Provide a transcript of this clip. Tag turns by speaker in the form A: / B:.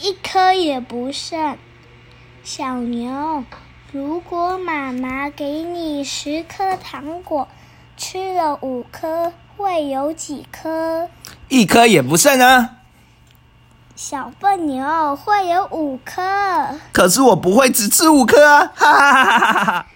A: 一颗也不剩。小牛，如果妈妈给你十颗糖果，吃了五颗，会有几颗？
B: 一颗也不剩啊！
A: 小笨牛会有五颗。
B: 可是我不会只吃五颗啊！哈哈哈哈哈哈！